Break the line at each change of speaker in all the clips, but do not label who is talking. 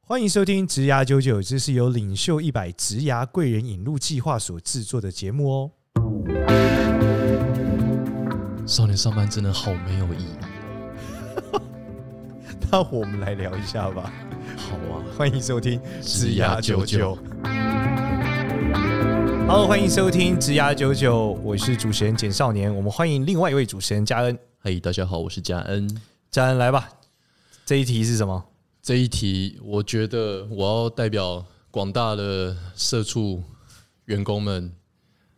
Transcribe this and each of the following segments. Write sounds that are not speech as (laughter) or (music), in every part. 欢迎收听《职涯九九》，这是由领袖一百职涯贵人引路计划所制作的节目哦。
少年上班真的好没有意义，
(laughs) 那我们来聊一下吧。
好啊，
欢迎收听《
职涯
(laughs)
九九》。
好，欢迎收听《职涯九九》，我是主持人简少年。我们欢迎另外一位主持人嘉恩，
嘿、大家好，我是嘉恩。
嘉恩来吧。这一题是什么？
这一题，我觉得我要代表广大的社畜员工们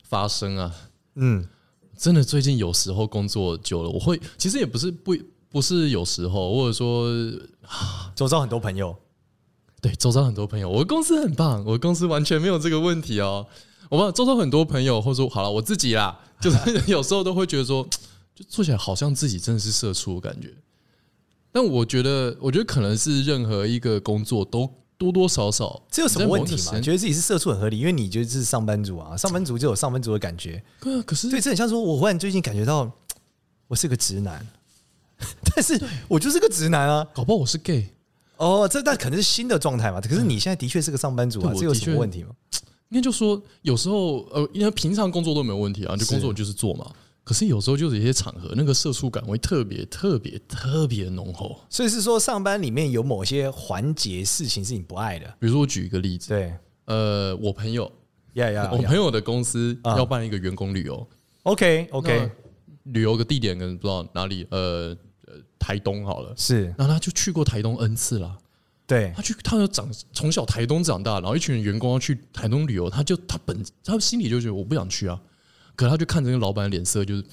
发声啊！
嗯，
真的，最近有时候工作久了，我会其实也不是不不是有时候，或者说
周遭很多朋友，
对周遭很多朋友，我的公司很棒，我的公司完全没有这个问题哦。我们周遭很多朋友，或者说好了，我自己啦，就是 (laughs) 有时候都会觉得说，就做起来好像自己真的是社畜的感觉。但我觉得，我觉得可能是任何一个工作都多多少少，
这有什么
在某
问题
个时
吗？
间
觉得自己是社畜很合理，因为你觉得自己是上班族啊，上班族就有上班族的感觉。
对啊，可是
对，这很像说，我忽然最近感觉到我是个直男， (laughs) 但是我就是个直男啊。
搞不好我是 gay，
哦，这那可能是新的状态嘛。可是你现在的确是个上班族啊，
嗯对
这有
我的
什么
确
问题吗？
应该就说有时候呃，因为平常工作都没有问题啊，就是工作就是做嘛。可是有时候就是有一些场合，那个社畜感会特别特别特别浓厚。
所以是说，上班里面有某些环节事情是你不爱的。
比如说我举一个例子，
对，
呃，我朋友
呀呀
我朋友的公司要办一个员工旅游
，OK 啊 OK，
那旅游个地点可能不知道哪里，呃呃，台东好了。
是
然后他就去过台东 N 次啦，
对
他去，他就长从小台东长大，然后一群员工要去台东旅游，他就他本他心里就觉得我不想去啊，可他就看着那个老板的脸色，就是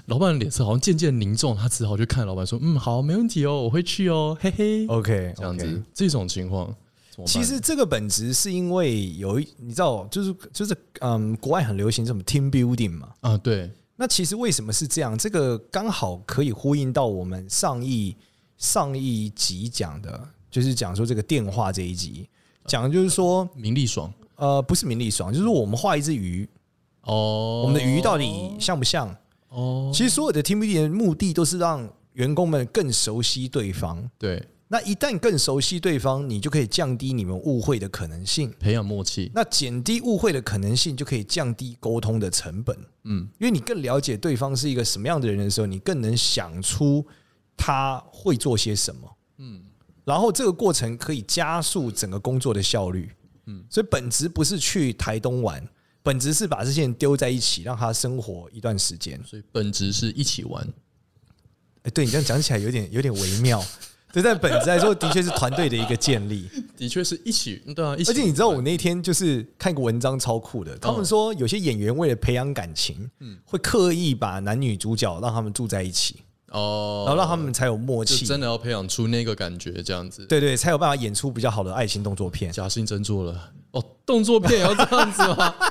(sniffs) 老板的脸色好像渐渐凝重，他只好就看老板说，嗯，好，没问题哦，我会去哦，嘿嘿，
，OK
这样
OK
子这种情况，怎么办
其实这个本质是因为有一，你知道，就是就是嗯，国外很流行这种 team building 嘛。
啊，对，
那其实为什么是这样？这个刚好可以呼应到我们上一上一集讲的，就是讲说这个电话这一集，讲的就是说，
名利爽
呃，不是名利爽，就是我们画一只鱼，
哦，
我们的鱼到底像不像？
哦，
其实所有的 team meeting 的目的都是让员工们更熟悉对方。
对，
那一旦更熟悉对方，你就可以降低你们误会的可能性。
培养默契，
那减低误会的可能性，就可以降低沟通的成本。
嗯，
因为你更了解对方是一个什么样的人的时候，你更能想出他会做些什么。嗯，然后这个过程可以加速整个工作的效率。嗯，所以本质不是去台东玩，本质是把这些人丢在一起，让他生活一段时间。
所以本质是一起玩，
哎，对你这样讲起来有点有点微妙。对，但本质来说，的确是团队的一个建 (laughs) 立。
的确是一起，对啊，一起，
而且你知道，我那天就是看个文章超酷的，他们说有些演员为了培养感情，会刻意把男女主角让他们住在一起，
哦，
然后让他们才有默
就
契，
真的要培养出那个感觉，这样子，
对对，才有办法演出比较好的爱情动作片。
假性真做了哦，动作片也要这样子吗？ (laughs)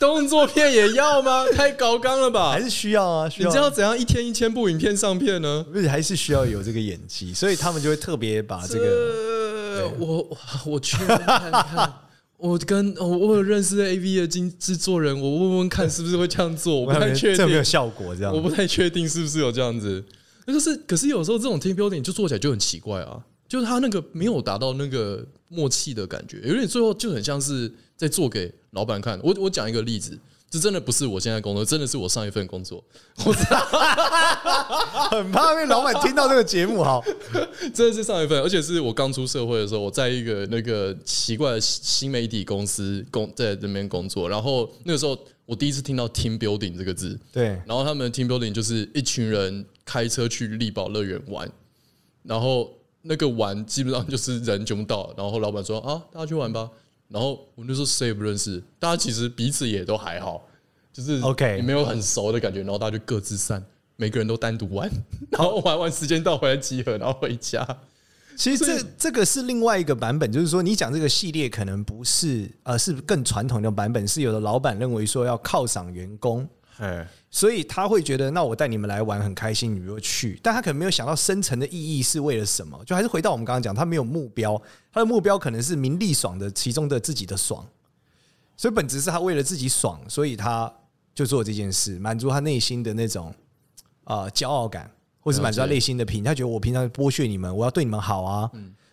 动作片也要吗？太高纲了吧
还！是需要啊，需
你
要
知
啊，
道怎样一天一千部影片上片呢？
不是还是需要有这个演技，所以他们就会特别把这个
呃，我我我去问看看。 (laughs) 我跟我我有认识的 A V 的经制作人，我问问看是不是会这样做，我不太确
这有没有
定，
效果这样
我。不太确定是不是有这样子。那就是，可是有时候这种 team building 就做起来就很奇怪啊，就是他那个没有达到那个默契的感觉，有点最后就很像是在做给老板看。我我讲一个例子，这真的不是我现在工作，真的是我上一份工作，
很怕被老板听到这个节目
(laughs)
哈。
真的是上一份，而且是我刚出社会的时候，我在一个那个奇怪的新媒体公司工在那边工作，然后那个时候我第一次听到 team building 这个字，
对，
然后他们 team building 就是一群人开车去力宝乐园玩，然后那个玩基本上就是人全部到，然后老板说啊，大家去玩吧，然后我们就说谁也不认识，大家其实彼此也都还好，就是
OK
也没有很熟的感觉，然后大家就各自散，每个人都单独玩，然后玩完时间到回来集合，然后回家。
其实
所以
这这个是另外一个版本，就是说你讲这个系列可能不是呃是更传统的版本，是有的老板认为说要犒赏员工，
哎，
所以他会觉得那我带你们来玩很开心，你们就去，但他可能没有想到深层的意义是为了什么，就还是回到我们刚刚讲，他没有目标，他的目标可能是名利爽的其中的自己的爽，所以本质是他为了自己爽，所以他就做这件事，满足他内心的那种啊骄傲感，或是满足他
了解
内心的平，他觉得我平常剥削你们，我要对你们好啊。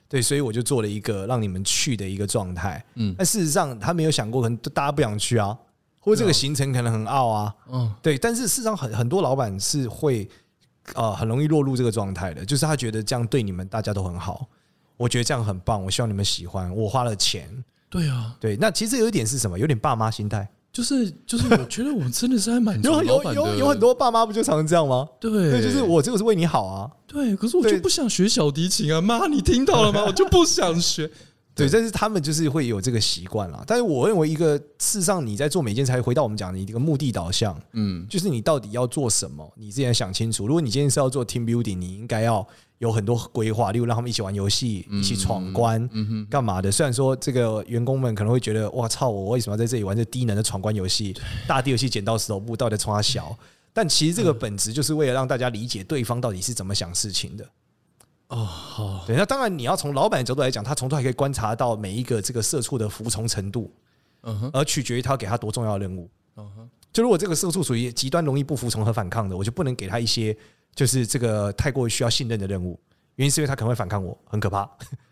对，所以我就做了一个让你们去的一个状态。
嗯
嗯，但事实上他没有想过，可能大家不想去啊，或者这个行程可能很傲啊。
嗯，
对，但是事实上很很多老板是会呃很容易落入这个状态的，就是他觉得这样对你们大家都很好，我觉得这样很棒，我希望你们喜欢，我花了钱。
对啊，
对，那其实有一点是什么？有点爸妈心态，
就是就是，我觉得我真的是还
(laughs)
蛮
有
老
有
板
有
的，
有很多爸妈不就常这样吗？
对，
对，就是我这个是为你好啊。
对，可是我就
对
不想学小提琴
(laughs)
啊，妈，你听到了吗？我就不想学。
对，但是他们就是会有这个习惯啦。但是我认为，一个事实上你在做每件事，才回到我们讲的一个目的导向，
嗯，
就是你到底要做什么，你自己要想清楚。如果你今天是要做 team building，你应该要有很多规划，例如让他们一起玩游戏、一起闯
嗯
关、干嘛的。虽然说这个员工们可能会觉得，哇操，我为什么要在这里玩这低能的闯关游戏、大地游戏、剪刀石头布，到底在冲他小？但其实这
嗯
个本质就是为了让大家理解对方到底是怎么想事情的。
哦，好，
对，那当然你要从老板的角度来讲，他从中还可以观察到每一个这个社畜的服从程度，
嗯哼，
而取决于他给他多重要的任务。
嗯哼，
就如果这个社畜属于极端容易不服从和反抗的，我就不能给他一些就是这个太过需要信任的任务，原因是因为他可能会反抗我，很可怕。 (laughs)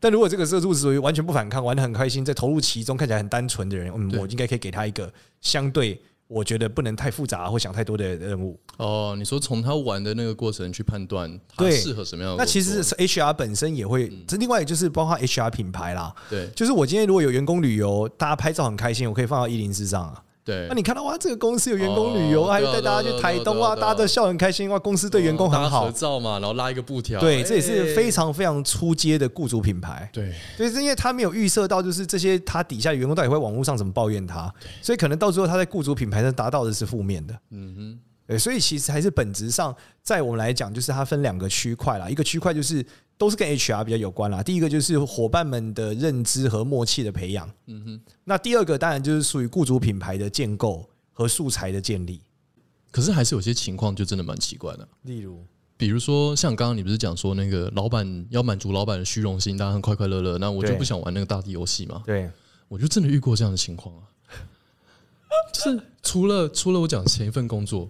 但如果这个社畜属于完全不反抗，玩的很开心，在投入其中看起来很单纯的人，嗯，
对
我应该可以给他一个相对我觉得不能太复杂或想太多的任务。
哦，你说从他玩的那个过程去判断他
对
适合什么样的
那
工作？
其实是 HR 本身也会，这另外就是包括 HR 品牌啦，
对
就是我今天如果有员工旅游，大家拍照很开心，我可以放到一零四上啊。
对，
那你看到哇，这个公司有员工旅游，
哦
还
对啊
带大家
对啊
去台东
对啊
啊，
对啊啊
大家都笑很开心哇，公司对员工
哦大
很
家合
好。
照嘛，然后拉一个布条，
对，
哎
这也是非常非常出街的雇主品牌。
对，
对，是因为他没有预设到，就是这些他底下的员工到底会网络上怎么抱怨他，所以可能到最后他在雇主品牌上达到的是负面的。
嗯
对，所以其实还是本质上，在我们来讲，就是它分两个区块啦，一个区块就是都是跟 HR 比较有关啦。第一个就是伙伴们的认知和默契的培养，嗯哼。那第二个当然就是属于雇主品牌的建构和素材的建立，
哼，可是还是有些情况就真的蛮奇怪的。
例如，
比如说，像刚刚你不是讲说那个老板要满足老板的虚荣心，大家很快快乐乐，那我就
对
不想玩那个大地游戏嘛，
对，
我就真的遇过这样的情况啊， (laughs) 就是除了除了我讲前一份工作，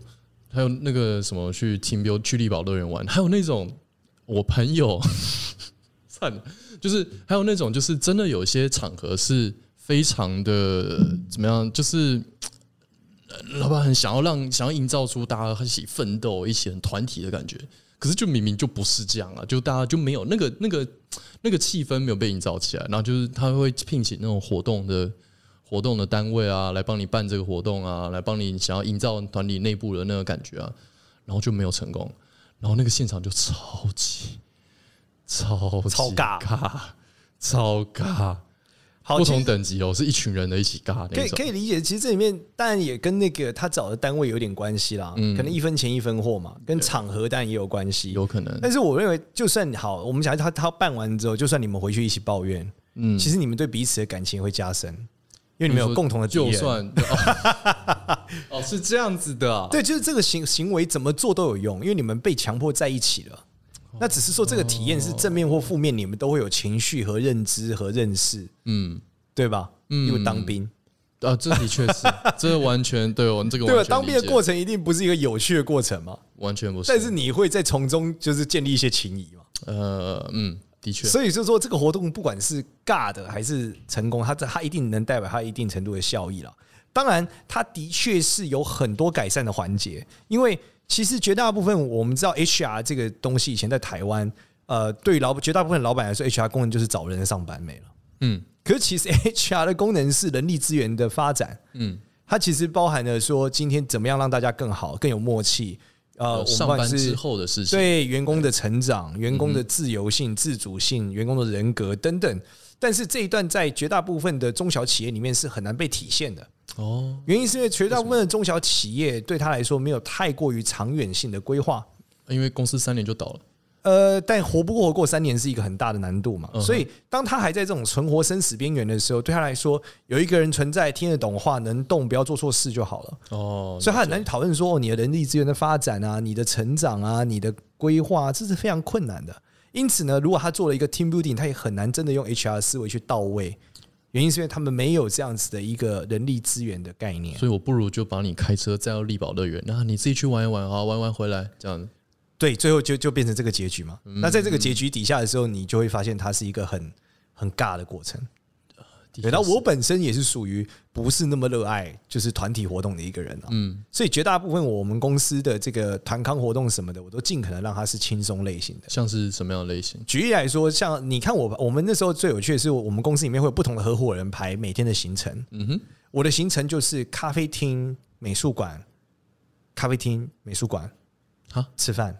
还有那个什么去 team build 去力宝乐园玩，还有那种我朋友， (laughs) 算了，就是还有那种就是真的有一些场合是非常的怎么样，就是。呃老板很想要让想要营造出大家一起奋斗、一起很团体的感觉，可是就明明就不是这样啊！就大家就没有那个那个那个气氛没有被营造起来，然后就是他会聘请那种活动的活动的单位啊，来帮你办这个活动啊，来帮你想要营造团体内部的那个感觉啊，然后就没有成功，然后那个现场就超级超级
超尬
尬，超尬，
好，
不
其实
同等级哦，是一群人的一起尬
可
那
以可
种，
以理解，其实这里面当然也跟那个他找的单位有点关系啦，可能一分钱一分货嘛，跟场合当然也有关系。
嗯有可能
但是我认为，就算好，我们讲他他办完之后，就算你们回去一起抱怨，
嗯
嗯，其实你们对彼此的感情会加深，因为你们有共同的敌
就
人。
算哦 (laughs) 是这样子的啊、
对，就是这个行行为怎么做都有用，因为你们被强迫在一起了。
哦
那只是说这个体验是正面或负面，你们都会有情绪和认知和认识，
嗯。
对吧？嗯，
嗯
因为当兵，
啊，这的确 (laughs) 是，这完全对我这个
对吧？啊
完全
当兵的
理解
过程一定不是一个有趣的过程嘛，
完全不是，
但是你会在从中就是建立一些情谊嘛。
呃嗯，的确，
所以就说这个活动不管是尬的还是成功，它这它一定能代表它一定程度的效益了。当然，它的确是有很多改善的环节，因为其实绝大部分我们知道 HR 这个东西以前在台湾，呃，对于老绝大部分老板来说，HR 功能就是找人上班没了。
嗯
可是其实 (laughs) HR 的功能是人力资源的发展，
嗯，
它其实包含了说今天怎么样让大家更好、更有默契。呃，
呃
我们
上
不管
班
是
之后的事情，
对员工的成
嗯
长、员工的自由性、自主性、员工的人格等等。但是这一段在绝大部分的中小企业里面是很难被体现的，
哦，
原因是因为绝大部分的中小企业对他来说没有太过于长远性的规划。
因为公司三年就倒了，
呃，但活不过活过三年是一个很大的难度嘛，
嗯哼
所以当他还在这种存活生死边缘的时候，对他来说，有一个人存在，听得懂话，能动，不要做错事就好了。
哦，
所以他很难去讨论说哦你的人力资源的发展啊、你的成长啊、你的规划啊，这是非常困难的。因此呢，如果他做了一个 team building，他也很难真的用 HR 思维去到位。原因是因为他们没有这样子的一个人力资源的概念。
啊所以我不如就把你开车载到力宝乐园，那你自己去玩一玩啊，玩完回来这样，
对，最后就就变成这个结局嘛。那在这个结局底下的时候，你就会发现它是一个很很尬的过程。对，然后我本身也是属于不是那么热爱就是团体活动的一个人啊，
嗯
所以绝大部分我们公司的这个团康活动什么的，我都尽可能让它是轻松类型的。
像是什么样的类型？
举例来说，像你看我吧，我们那时候最有趣的是，我们公司里面会有不同的合伙人排每天的行程。
嗯哼，
我的行程就是咖啡厅、美术馆、咖啡厅、美术馆
好，
吃饭，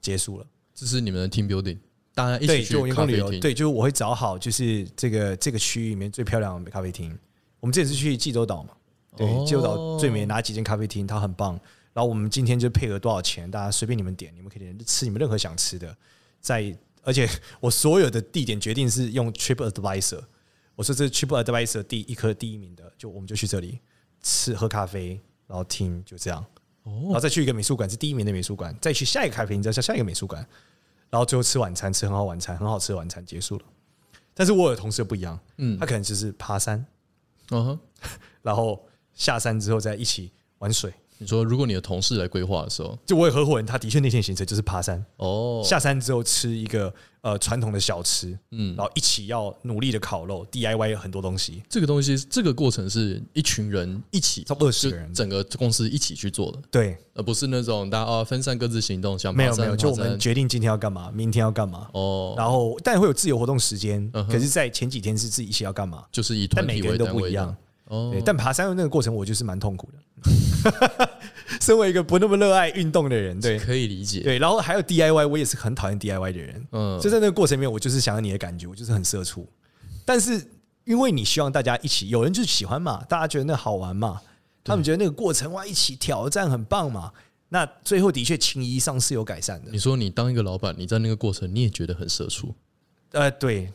结束了。
这是你们的 team building，大家一
对，就
起去
我员
咖
工旅
啡
游，
厅。
对，就是我会找好就是这个这个区域里面最漂亮的咖啡厅。我们这次去济州岛嘛，对，
哦
济州岛最美哪几间咖啡厅，它很棒。然后我们今天就配合多少钱，大家随便你们点，你们可以点吃你们任何想吃的。在而且我所有的地点决定是用 Trip Advisor，我说这是 Trip Advisor 第一颗第一名的，就我们就去这里吃喝咖啡，然后听就这样。然
哦，
后再去一个美术馆，是第一名的美术馆，再去下一个咖啡厅，再下下一个美术馆，然后最后吃晚餐，吃很好晚餐，很好吃的晚餐结束了。但是我有同事不一样，
嗯
他可能就是爬山，
嗯哼，
然后下山之后再一起玩水。
你说如果你的同事来规划的时候，
就我有合伙人，他的确那天行程就是爬山，
哦，
下山之后吃一个呃传统的小吃，嗯，然后一起要努力的烤肉，DIY 很多东西，
这个东西，这个过程是一群人一起，
差不多二十个
就
人。
整个公司一起去做的，
对，
而不是那种大家哦分散各自行动，想
没有
爬山
没有，就我
爬山
们决定今天要干嘛，明天要干嘛，
哦，
然后但会有自由活动时间，
嗯哼
可是，在前几天是自己一起要干嘛，
就是以
但
团
每
体
个
为
人都
单
不
位
一样
的。哦
对，，但爬山的那个过程，我就是蛮痛苦的。 (laughs) 身为一个不那么热爱运动的人，对
可以理解。
对，然后还有 DIY，我也是很讨厌 DIY 的人。
嗯，
就在那个过程里面，我就是想要你的感觉，我就是很社畜。但是因为你希望大家一起，有人就是喜欢嘛，大家觉得那好玩嘛，他们觉得那个过程哇，一起挑战很棒嘛。那最后的确情谊上是有改善的
你。说你当一个老板，你在那个过程你也觉得很社畜，
呃，对，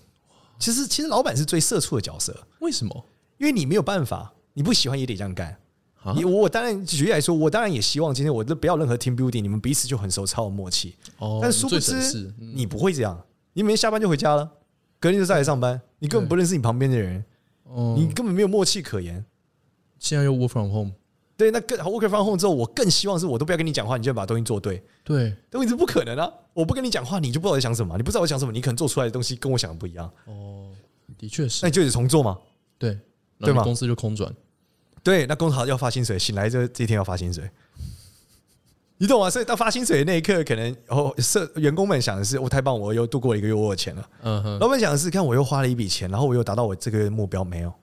其实其实老板是最社畜的角色，
为什么？
因为你没有办法，你不喜欢也得这样干。
啊
你我当然举例来说，我当然也希望今天我都不要任何 team building，你们彼此就很熟，超有默契。
哦，
但殊不
最省
知
事，嗯
你不会这样，你每天下班就回家了，隔天就再来上班，你根本不认识你旁边的人，
哦，
你根本没有默契可言。
现在又 work from home，
对，那更 work from home 之后，我更希望是我都不要跟你讲话，你就把东西做对。
对，
但问题是不可能啊！我不跟你讲话，你就不知道我在想什么，你不知道我在想什么，你可能做出来的东西跟我想的不一样，
哦，的确是
那，你就得重做嘛。
对，
对
然后
吗
你公司就空转，
对，那工厂要发薪水，醒来这这一天要发薪水，你懂吗？所以到发薪水的那一刻，可能哦，社员工们想的是，我、哦太棒，我又度过一个月，我有钱了。
嗯哼，
老板想的是，看我又花了一笔钱，然后我又达到我这个月的目标没有？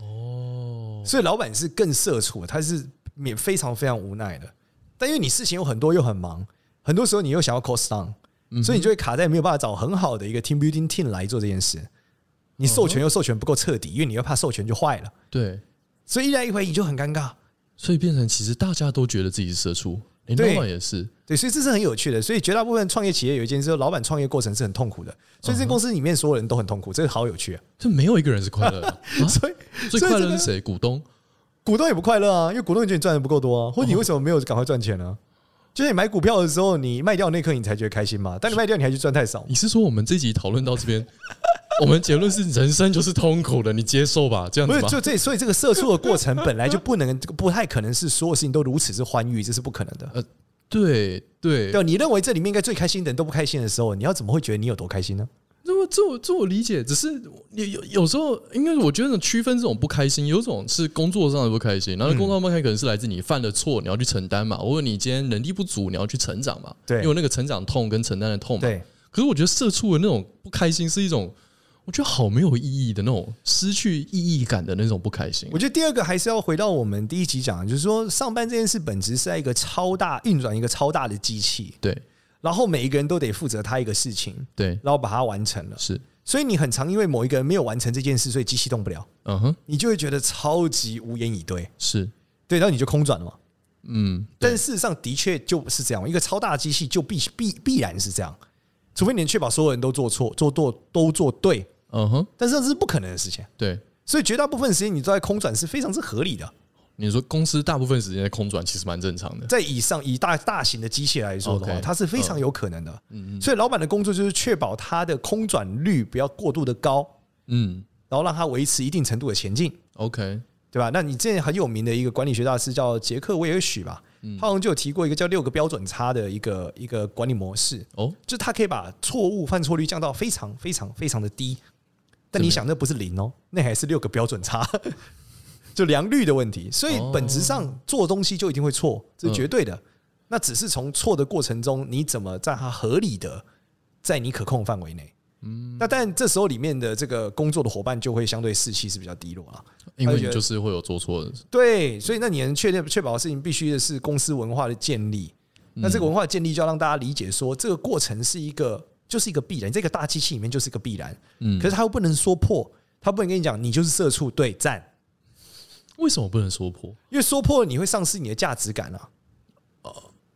哦，
所以老板是更社畜，他是免非常非常无奈的。但因为你事情有很多又很忙，很多时候你又想要 cost down，、所以你就会卡在没有办法找很好的一个 team building team 来做这件事。你授权又授权不够彻底，因为你又怕授权就坏了，
对，
所以一来一回你就很尴尬。
所以变成其实大家都觉得自己是社畜，连
对
老板也是，
对，所以这是很有趣的。所以绝大部分创业企业有一件事，老板创业过程是很痛苦的。所以这公司里面所有人都很痛苦，这个好有趣啊！
这没有一个人是快
(laughs)
乐的。啊
所以
最
所以
快
这
乐
个
是谁？股东
股东也不快乐啊，因为股东也觉得你赚的不够多
哦
啊，或者你为什么没有赶快赚钱呢、就是你买股票的时候，你卖掉那刻你才觉得开心
(laughs)
嘛，但你卖掉你还去赚太少。
你是说我们这集讨论到这边，我们结论是人生就是痛苦的，你接受吧，这样
不
子
是，
吧？
就这，所以这个社畜的过程本来就不能，不太可能是所有事情都如此之欢愉，这是不可能的。
对对，
对，你认为这里面应该最开心的人都不开心的时候，你要怎么会觉得你有多开心呢？
那么这我这我理解，只是有有有时候，因为我觉得区分这种不开心，有种是工作上的不开心，然后工作上不开心可能是来自你犯的错，你要去承担嘛，或者你今天能力不足，你要去成长嘛，
对
有那个成长痛跟承担的痛嘛。
对，
可是我觉得社畜的那种不开心是一种，我觉得好没有意义的那种失去意义感的那种不开心
我。觉得第二个还是要回到我们第一集讲的，就是说上班这件事本质是在一个超大运转一个超大的机器，
对
然后每一个人都得负责他一个事情，
对
然后把它完成了。
是，
所以你很常因为某一个人没有完成这件事，所以机器动不了，
嗯哼
你就会觉得超级无言以对，
是，
对，然后你就空转了嘛。
嗯
但事实上的确就是这样，一个超大的机器就必必必然是这样，除非你能确保所有人都做错、做做都做对，
嗯哼
但是这是不可能的事情。
对。
所以绝大部分时间你都在空转是非常之合理的。
你说公司大部分时间在空转，其实蛮正常的。
在以上以大大型的机械来说的话，
OK，
它是非常有可能的。所以老板的工作就是确保它的空转率不要过度的高，
嗯
然后让它维持一定程度的前进。
，OK，
对吧？那你之前很有名的一个管理学大师叫杰克韦尔许吧，他好像就有提过一个叫六个标准差的一个一个管理模式，
哦，
就是他可以把错误犯错率降到非常非常非常的低。但你想，那不是零哦，那还是六个标准差， (laughs) 就良率的问题。所以
哦
本质上做东西就一定会错，这是绝对的。那只是从错的过程中，你怎么在它合理的，在你可控范围内。嗯，那但这时候里面的这个工作的伙伴就会相对士气是比较低落了。
因为
他就觉
你
得
就是会有做错的，
对，所以那你能确定确保的事情，必须的是公司文化的建立。
嗯
那这个文化的建立，就要让大家理解说，这个过程是一个，就是一个必然，这个大机器里面就是一个必然。
嗯
可是他又不能说破，他不能跟你讲你就是社畜，对赞，
为什么不能说破？
因为说破了你会丧失你的价值感啊。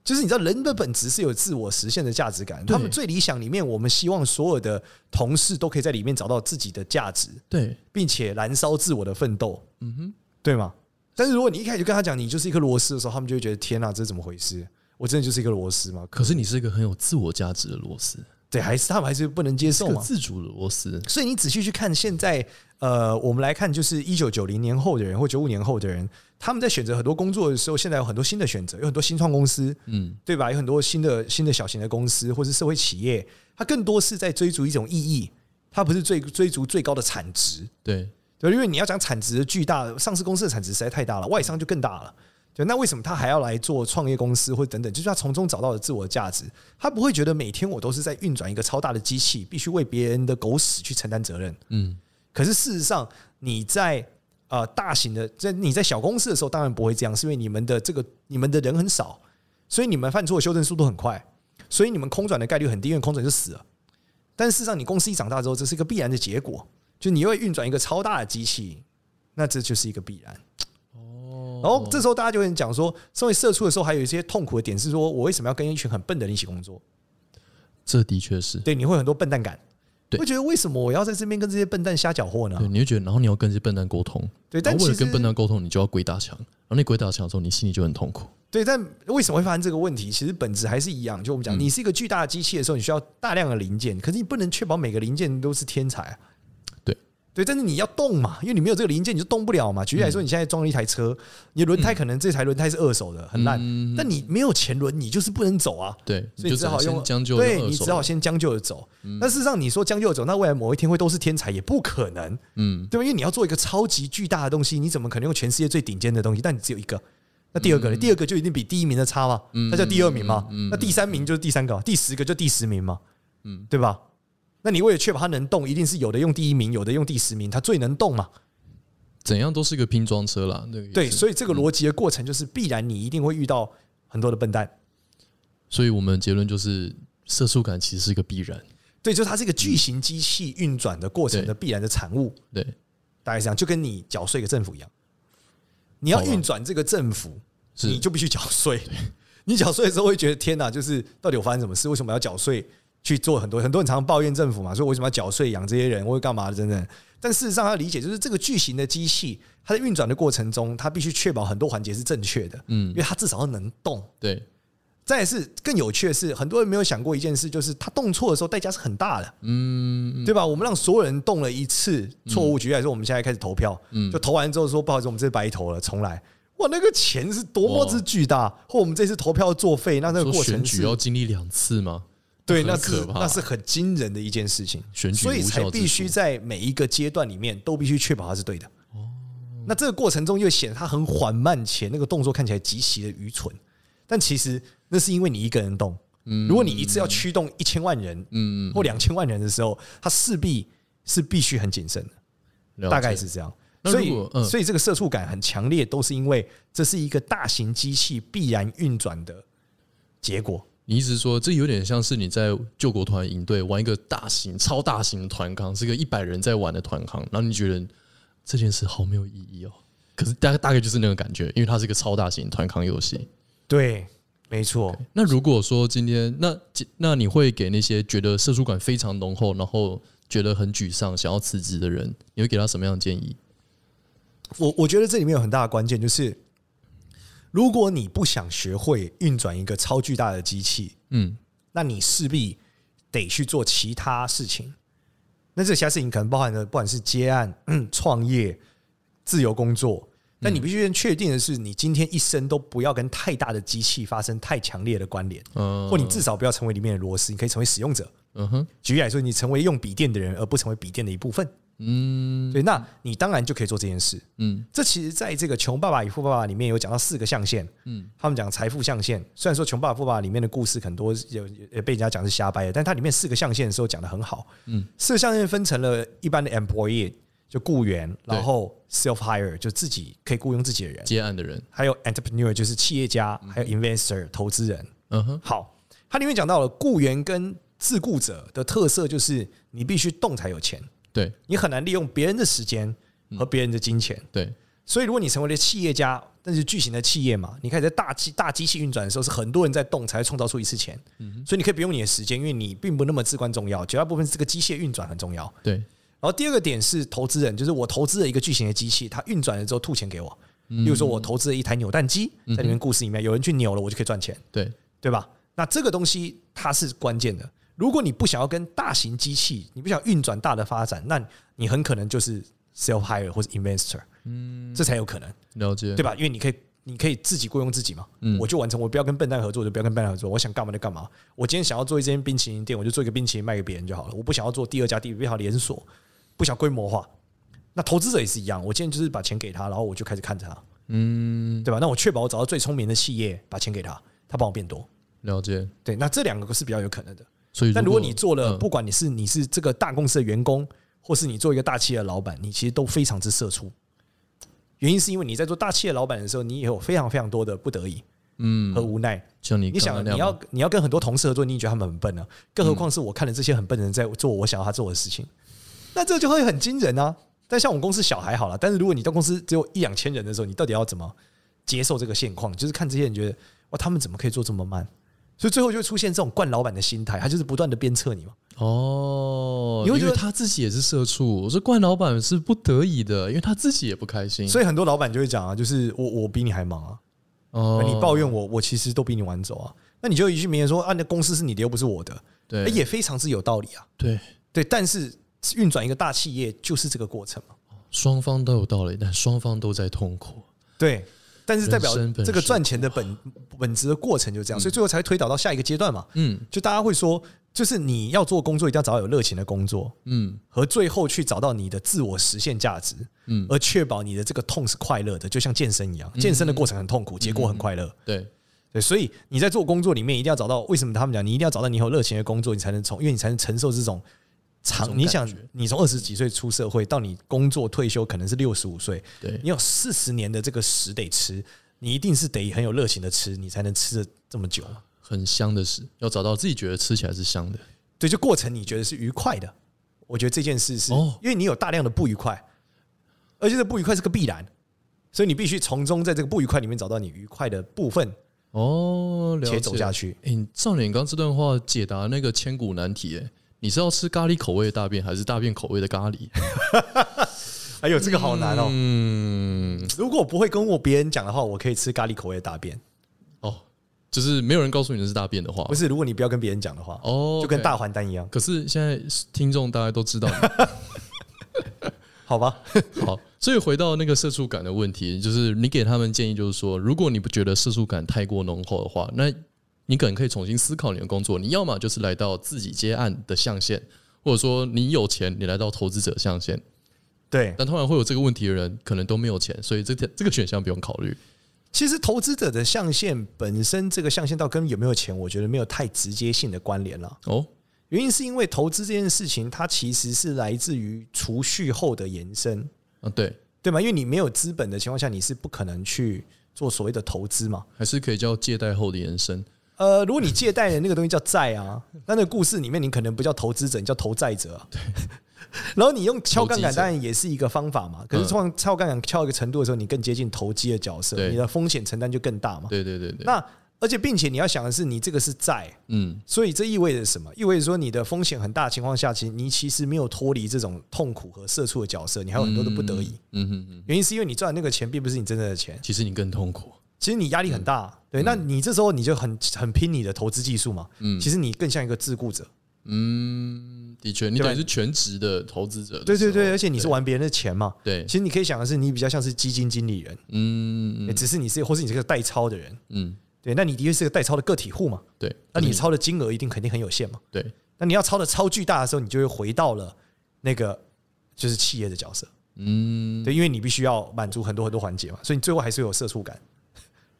就是你知道，人的本质是有自我实现的价值感。
对
他们最理想里面，我们希望所有的同事都可以在里面找到自己的价值。
对，
并且燃烧自我的奋斗，嗯哼，对吗？但是如果你一开始就跟他讲你就是一颗螺丝的时候，他们就会觉得天哪、这是怎么回事？我真的就是一个螺丝吗？
可是你是一个很有自我价值的螺丝，
对，还是他们还是不能接
是
受
个
嘛？
自主的螺丝。
所以你仔细去看，现在呃，我们来看，就是一九九零年后的人或九五年后的人，他们在选择很多工作的时候，现在有很多新的选择，有很多新创公司，
嗯，
对吧？有很多新的新的小型的公司或是社会企业，它更多是在追逐一种意义，它不是追追逐最高的产值。
对，
对，因为你要讲产值的巨大，上市公司的产值实在太大了，外商就更大了。对，那为什么他还要来做创业公司或等等？就是他从中找到了自我价值，他不会觉得每天我都是在运转一个超大的机器，必须为别人的狗屎去承担责任。
嗯，
可是事实上，你在呃大型的，在你在小公司的时候，当然不会这样，是因为你们的这个你们的人很少，所以你们犯错的修正速度很快，所以你们空转的概率很低，因为空转就死了。但事实上，你公司一长大之后，这是一个必然的结果，就你会运转一个超大的机器，那这就是一个必然。
哦
然后这时候大家就会讲说，身为社畜的时候，还有一些痛苦的点是说，我为什么要跟一群很笨的人一起工作？
这的确是，
对，你会有很多笨蛋感，
对
会觉得为什么我要在这边跟这些笨蛋瞎搅和呢？
对，你会觉得，然后你要跟这些笨蛋沟通，
啊对
然
但
后为了
其实
跟笨蛋沟通，你就要鬼打墙，然后你鬼打墙的时候，你心里就很痛苦。
对，但为什么会发生这个问题？其实本质还是一样，就我们
嗯
讲，你是一个巨大的机器的时候，你需要大量的零件，可是你不能确保每个零件都是天才、啊。
对
对，但是你要动嘛，因为你没有这个零件，你就动不了嘛。举例
嗯
来说，你现在装了一台车，你的轮胎可能这台轮胎是二手的，很烂，但你没有前轮，你就是不能走啊。
对，
所以
嗯就
你只好
能先
用
将就
对
用二
你
手嗯
只好先将就着走。但事实上，你说将就着走，那未来某一天会都是天才也不可能，
嗯，
对吧？因为你要做一个超级巨大的东西，你怎么可能用全世界最顶尖的东西？但你只有一个，那第二个呢？第二个就一定比第一名的差嘛？那叫第二名嘛？那第三名就是第三个嘛，第十个就第十名嘛？嗯，对吧？那你为了确保它能动，一定是有的用第一名，有的用第十名，它最能动嘛？
怎样都是个拼装车啦。那个意思
对，所以这个逻辑的过程就是必然，你一定会遇到很多的笨蛋。
所以我们的结论就是，社畜感其实是一个必然。
对，就是它是一个巨型机器运转的过程的必然的产物。
对，
大概是这样，就跟你缴税给政府一样，你要运转这个政府，
是
你就必须缴税。 (laughs) 你缴税的时候会觉得天哪，就是到底我发生什么事？为什么要缴税去做很多？很多人常常抱怨政府嘛，说为什么要缴税养这些人，或者干嘛的等等。但事实上，要理解就是这个巨型的机器，它在运转的过程中，它必须确保很多环节是正确的，
嗯
因为它至少要能动。
对，
再来是更有趣的是，很多人没有想过一件事，就是他动错的时候代价是很大的，
嗯，
对吧？我们让所有人动了一次错误，举例来说，我们现在开始投票，
嗯
就投完之后说不好意思，我们这次白投了，重来。哇，那个钱是多么之巨大，或我们这次投票作废，那那个
说
过
选
程
举哦
是
要经历两次吗？
对，
很
那
可
是
怕
那是很惊人的一件事情，
选举
所以
无
才
效之
必须
处
在每一个阶段里面都必须确保它是对的。
哦
那这个过程中又显得它很缓慢，且那个动作看起来极其的愚蠢，但其实那是因为你一个人动。
嗯
如果你一次要驱动一千万人，嗯，或两千万人的时候，它势必是必须很谨慎的，
了解
大概是这样。
那
所
如
以
果，嗯
所以这个社畜感很强烈，都是因为这是一个大型机器必然运转的结果。
你一直说这有点像是你在救国团营队玩一个大型、超大型的团康，是个一百人在玩的团康，然后你觉得这件事好没有意义哦。可是大大概就是那个感觉，因为它是一个超大型团康游戏。
对，没错。
那如果说今天，那那你会给那些觉得社畜感非常浓厚，然后觉得很沮丧、想要辞职的人，你会给他什么样的建议？
我我觉得这里面有很大的关键，就是如果你不想学会运转一个超巨大的机器，
嗯，
那你势必得去做其他事情。 (clears throat) 那这其他事情可能包含了不管是接案、嗯创业、自由工作，但你必须确定的是，你今天一生都不要跟太大的机器发生太强烈的关联，
嗯
或你至少不要成为里面的螺丝，你可以成为使用者。
嗯哼，
举例来说，你成为用笔电的人，而不成为笔电的一部分。
嗯
对，那你当然就可以做这件事。
嗯
这其实在这个《穷爸爸与富爸爸》里面有讲到四个象限，
嗯
嗯，他们讲财富象限。虽然说《穷爸爸富爸爸》里面的故事很多有也被人家讲是瞎掰的，但它里面四个象限的时候讲的很好。
嗯
嗯，四个象限分成了一般的 employee 就雇员，
对
然后 self hire 就自己可以雇佣自己的嗯人，
接案的人，
还有 entrepreneur 就是企业家，还有 investor 投资人。
嗯哼，
好，它里面讲到了雇员跟自雇者的特色就是你必须动才有钱，
对
你很难利用别人的时间和别人的金钱。
对，
所以，如果你成为了企业家，但是巨型的企业嘛，你开始在大机大机器运转的时候，是很多人在动，才会创造出一次钱。所以你可以不用你的时间，因为你并不那么至关重要，绝大部分是这个机械运转很重要。
对，
然后第二个点是投资人，就是我投资了一个巨型的机器，它运转了之后吐钱给我。例如说，我投资了一台扭蛋机，在里面故事里面有人去扭了，我就可以赚钱，
对，
对吧？那这个东西它是关键的。如果你不想要跟大型机器，你不想运转大的发展，那你很可能就是 self hire 或者 investor，嗯，这才有可能。
了解，
对吧？因为你可以，你可以自己雇佣自己嘛。
嗯
我就完成，我不要跟笨蛋合作，我就不要跟笨蛋合作。我想干嘛就干嘛。我今天想要做一间冰淇淋店，我就做一个冰淇淋卖给别人就好了。我不想要做第二家、第五家连锁，不想规模化。那投资者也是一样，我今天就是把钱给他，然后我就开始看着他，
嗯，
对吧？那我确保我找到最聪明的企业，把钱给他，他帮我变多。
了解。
对，那这两个是比较有可能的。
所以，
但如果你做了，
嗯
不管你是你是这个大公司的员工，或是你做一个大企业的老板，你其实都非常之社畜。原因是因为你在做大企业老板的时候，你也有非常非常多的不得已
嗯，
和无奈。
像你
你
刚
想，
刚那
你
样嗯
要你要跟很多同事合作，你也觉得他们很笨啊，更何况是我看了这些很笨的人在做我想要他做的事情，那这就会很惊人啊。但像我们公司小还好了，但是如果你到公司只有一两千人的时候，你到底要怎么接受这个现况？就是看这些人觉得哇，他们怎么可以做这么慢？所以最后就会出现这种惯老板的心态，他就是不断的鞭策你嘛。
哦，
你会
因
觉
为
得
他自己也是社畜，我说冠老板是不得已的，因为他自己也不开心，
所以很多老板就会讲啊，就是我我比你还忙啊，
哦，
你抱怨我，我其实都比你晚走啊。那你就有一句名言说啊，那公司是你的又不是我的，
对
哎也非常之有道理啊。
对，
对，但是运转一个大企业就是这个过程嘛。
双方都有道理，但双方都在痛苦。
对，但是代表
人生本
这个
是
赚钱的本本质的过程就这样，所以最后才会推导到下一个阶段嘛。
嗯
就大家会说，就是你要做工作，一定要找到有热情的工作，
嗯
和最后去找到你的自我实现价值，
嗯，
而确保你的这个痛是快乐的，就像健身一样，健身的过程很痛苦，结果很快乐。
对，
对，所以你在做工作里面一定要找到为什么他们讲你一定要找到你有热情的工作，你才能从，因为你才能承受这种
这种
长。你
感
想
觉，
你从二十几岁出社会到你工作退休，可能是六十五岁，
对
你有四十年的这个食得吃，你一定是得很有热情的吃，你才能吃的这么久嘛。
很香的是，要找到自己觉得吃起来是香的。
对，就过程你觉得是愉快的，我觉得这件事是，
哦
因为你有大量的不愉快，而且这不愉快是个必然，所以你必须从中在这个不愉快里面找到你愉快的部分，
哦，了
且
解。
走下去。
哎、你少年，你刚这段话解答那个千古难题、哎，你是要吃咖喱口味的大便，还是大便口味的咖喱？
哎呦，这个好难哦。
嗯，
如果我不会跟我别人讲的话，我可以吃咖喱口味的大便。
哦， (laughs) 就是没有人告诉你这是大便的话
不，是，如果你不要跟别人讲的话，
哦，
就跟
OK
大还丹一样，
可是现在听众大家都知
(laughs)
道你，
好
(laughs)
吧？
好，所以回到那个社畜感的问题，就是你给他们建议，就是说，如果你不觉得社畜感太过浓厚的话，那你可能可以重新思考你的工作。你要么就是来到自己接案的象限，或者说你有钱，你来到投资者象限。
对，
但通常会有这个问题的人，可能都没有钱，所以这这个选项不用考虑。
其实投资者的象限本身，这个象限到跟有没有钱，我觉得没有太直接性的关联了。
哦，
原因是因为投资这件事情，它其实是来自于储蓄后的延伸，
啊，对，
对吗？因为你没有资本的情况下，你是不可能去做所谓的投资嘛。
还是可以叫借贷后的延伸。
呃，如果你借贷的那个东西叫债啊，
嗯
那那个故事里面你可能不叫投资者，你叫投债者、啊。 (laughs) 然后你用敲杠
投
杆，
机者
当然也是一个方法
嗯
嘛。可是创敲杠杆敲到一个程度的时候，你更接近投机的角色，
对
你的风险承担就更大嘛。
对对对对，
那而且并且你要想的是，你这个是债，
嗯，
所以这意味着什么？意味着说你的风险很大的情况下，其实你其实没有脱离这种痛苦和社畜的角色，你还有很多的不得已。
嗯哼哼，
原因是因为你赚的那个钱并不是你真正的钱，
其实你更痛苦。
其实你压力很
嗯
大，对，那你这时候你就很很拼你的投资技术嘛，其实你更像一个自雇者，
嗯，的确，你
对吧
等于是全职的投资者的时
对
候。
对对，而且你是玩别人的钱嘛。
对，
其实你可以想的是，你比较像是基金经理人，
嗯
欸
嗯
只是你是或是你是个代操的人，
嗯，
对，那你的确是个代操的个体户嘛，
对。
那你
嗯
操的金额一定肯定很有限嘛。
对，
那你要操的超巨大的时候，你就会回到了那个就是企业的角色，
嗯，
对，因为你必须要满足很多很多环节嘛，所以你最后还是会有社畜感。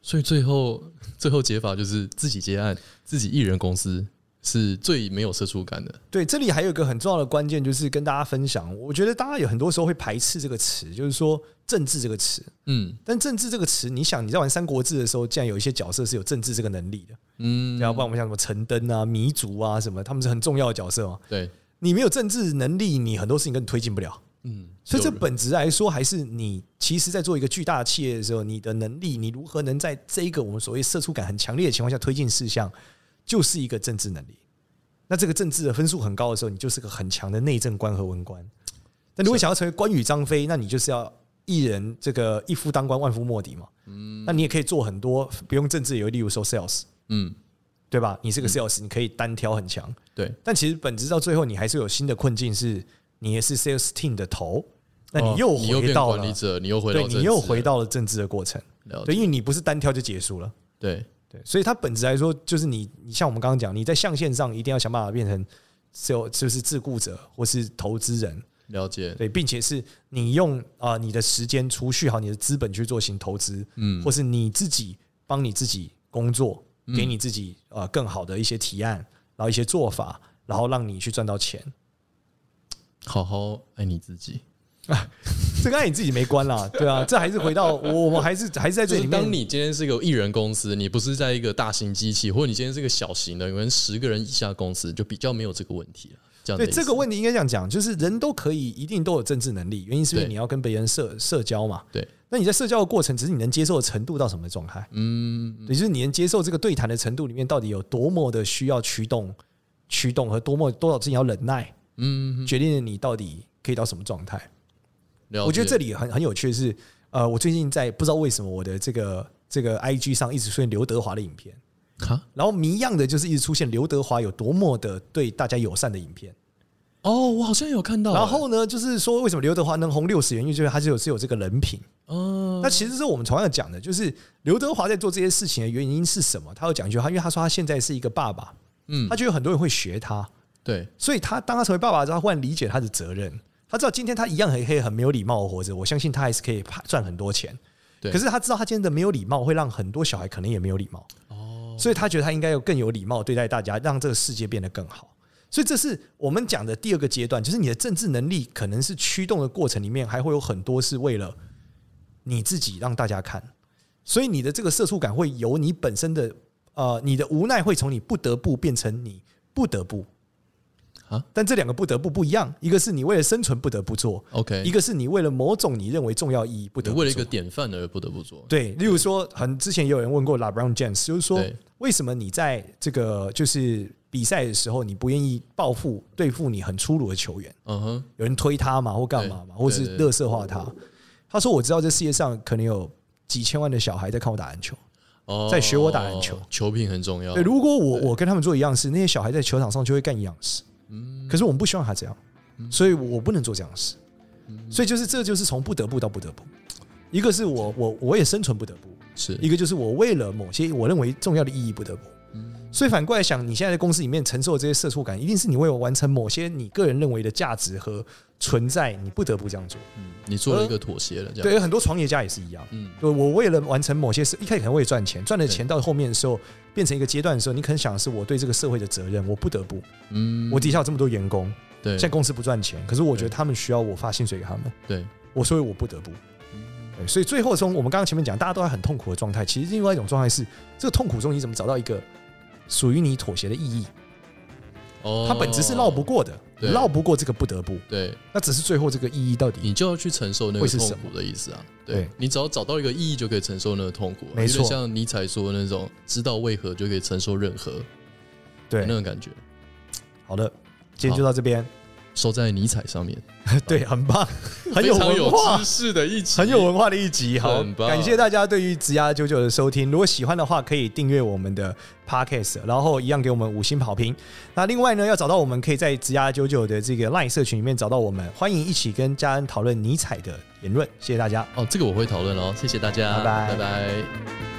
所以最后 (laughs) 最后解法就是自己接案，自己一人公司是最没有社畜感的。
对，这里还有一个很重要的关键，就是跟大家分享。我觉得大家有很多时候会排斥这个词，就是说政治这个词。
嗯
但政治这个词，你想你在玩《三国志》的时候，竟然有一些角色是有政治这个能力的，
嗯，
对啊，不然我们像什么陈登啊、糜竺啊什么，他们是很重要的角色嘛。
对，
你没有政治能力，你很多事情根本推进不了。
嗯，
所以这
有人
本质来说，还是你其实，在做一个巨大的企业的时候，你的能力，你如何能在这一个我们所谓社畜感很强烈的情况下推进事项，就是一个政治能力。那这个政治的分数很高的时候，你就是个很强的内政官和文官。但如果想要成为关羽、张飞，那你就是要一人这个一夫当关，万夫莫敌嘛。那你也可以做很多不用政治也有，例如说 sales，
嗯，
对吧？你是个 sales，你可以单挑很强。
对，
但其实本质到最后，你还是有新的困境，是你也是 sales team 的头，那
哦
你又
你又
回
变
到
管
了，
理者，你又回到
对
政
你
治
又
了
回到了政治的过程，
了
对，
解
因为你不是单挑就结束了，
对
对，所以它本质来说，就是你，你像我们刚刚讲，你在象限上一定要想办法变成 sales，就是自雇者或是投资人，
了解，
对，并且是你用啊、你的时间储蓄好你的资本去做型投资，
嗯
或是你自己帮你自己工作，给你自己呃更好的一些提案，然后一些做法，然后让你去赚到钱。
好好爱你自己。
这跟爱你自己没关啦，对
(laughs)
啊，这还是回到我，我们还是还是在
就
这
是
里
当
面。
你今天是一个艺人公司，你不是在一个大型机器，或者你今天是个小型的，有人十个人以下公司，就比较没有这个问题了。这样的
对
意思
这个问题应该这样讲，就是人都可以，一定都有政治能力，原因是因为
对
你要跟别人社社交嘛。
对，
那你在社交的过程，只是你能接受的程度到什么状态，
嗯，
也就是你能接受这个对谈的程度里面，到底有多么的需要驱动、驱动和多么多少事情要忍耐，
嗯，
决定了你到底可以到什么状态。
了解。
我觉得这里很很有趣的是，呃，我最近在不知道为什么我的这个这个 IG 上一直出现刘德华的影片。
哈
然后谜样的就是一直出现刘德华有多么的对大家友善的影片。
哦，我好像有看到。
然后呢，就是说为什么刘德华能红六十元，因为就是他是有是有这个人品。
嗯，
那其实是我们同样讲的，就是刘德华在做这些事情的原因是什么？他有讲一句话，因为他说他现在是一个爸爸，
嗯
他觉得很多人会学他，
对，
所以他当他成为爸爸之后，他忽然理解他的责任。他知道今天他一样很可以很没有礼貌的活着，我相信他还是可以赚很多钱。
对
可是他知道他今天的没有礼貌会让很多小孩可能也没有礼貌。
哦，
所以他觉得他应该要更有礼貌对待大家，让这个世界变得更好。所以这是我们讲的第二个阶段，就是你的政治能力可能是驱动的过程里面，还会有很多是为了你自己让大家看，所以你的这个社畜感会由你本身的呃你的无奈会从你不得不变成你不得不
啊，
但这两个不得不不一样，一个是你为了生存不得不做，
OK，
一个是你为了某种你认为重要意义不
你
得不
为了一
做
个典范而不得不做。
对，例如说，很之前也有人问过 LeBron James，就是说
对
为什么你在这个就是比赛的时候，你不愿意报复对付你很粗鲁的球员？
嗯哼，
有人推他嘛，或干嘛嘛，
对
或是
对对
乐色化他？他说：“我知道这世界上可能有几千万的小孩在看我打篮球。
哦，
在学我打篮球
球品很重要
对，。如果我我跟他们做一样事，那些小孩在球场上就会干一样事。
嗯
可是我们不希望他这样，所以我不能做这样的事。
嗯
所以就是这就是从不得不到不得不，一个是我我我也生存不得不，
是，
一个就是我为了某些我认为重要的意义不得不。
嗯
所以反过来想，你现在在公司里面承受的这些社畜感，一定是你为了完成某些你个人认为的价值和存在，你不得不这样做。
嗯你做了一个妥协了，这样。
对，很多创业家也是一样。
嗯，
对，我为了完成某些事，一开始可能为了赚钱，赚了钱到后面的时候，变成一个阶段的时候，你可能想的是我对这个社会的责任，我不得不。
嗯，
我底下有这么多员工，
对
现在公司不赚钱，可是我觉得他们需要我发薪水给他们。
对，嗯
我所以我不得不。对，所以最后从我们刚刚前面讲，大家都在很痛苦的状态，其实另外一种状态是，这个痛苦中你怎么找到一个属于你妥协的意义？
哦，
它本质是绕不。过的，
对
绕不过这个不得不，
对
那只是最后这个意义到底
你就要去承受那个
会是
痛
什么
苦的意思啊。
对
对，你只要找到一个意义，就可以承受那个痛苦啊。
没错
有点像尼采说的那种，知道为何就可以承受任何
对
嗯那。种感觉。
好的，今天就到这边，
收在尼采上面，
(laughs) 对，很棒，很
(laughs) 非
有
常
文
有
化
知，识的一集，
很有文化的一集。好
很，棒
感谢大家对于《职涯九九》的收听。如果喜欢的话，可以订阅我们的 podcast，然后一样给我们五星好评。那另外呢，要找到我们，可以在《职涯九九》的这个 LINE 社群里面找到我们，欢迎一起跟家恩讨论尼采的言论。谢谢大家。
哦，这个我会讨论哦，谢谢大家，
拜拜
拜拜